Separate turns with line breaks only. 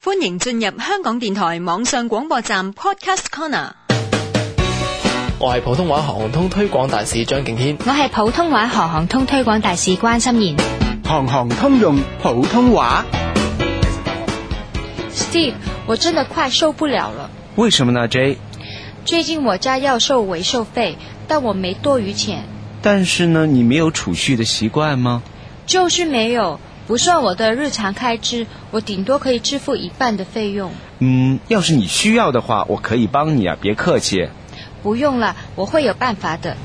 欢迎进入香港电台网上广播站 Podcast Corner。
我係普通話行通推廣大使張敬軒。
我係普通話行行通推廣大使關心妍。
行行通用普通话。
Steve，我真的快受不了了。
为什么呢，J？
最近我家要收维修费，但我没多余钱，
但是呢，你没有储蓄的习惯吗？
就是没有。不算我的日常开支，我顶多可以支付一半的费用。
嗯，要是你需要的话，我可以帮你啊，别客气。
不用了，我会有办法的。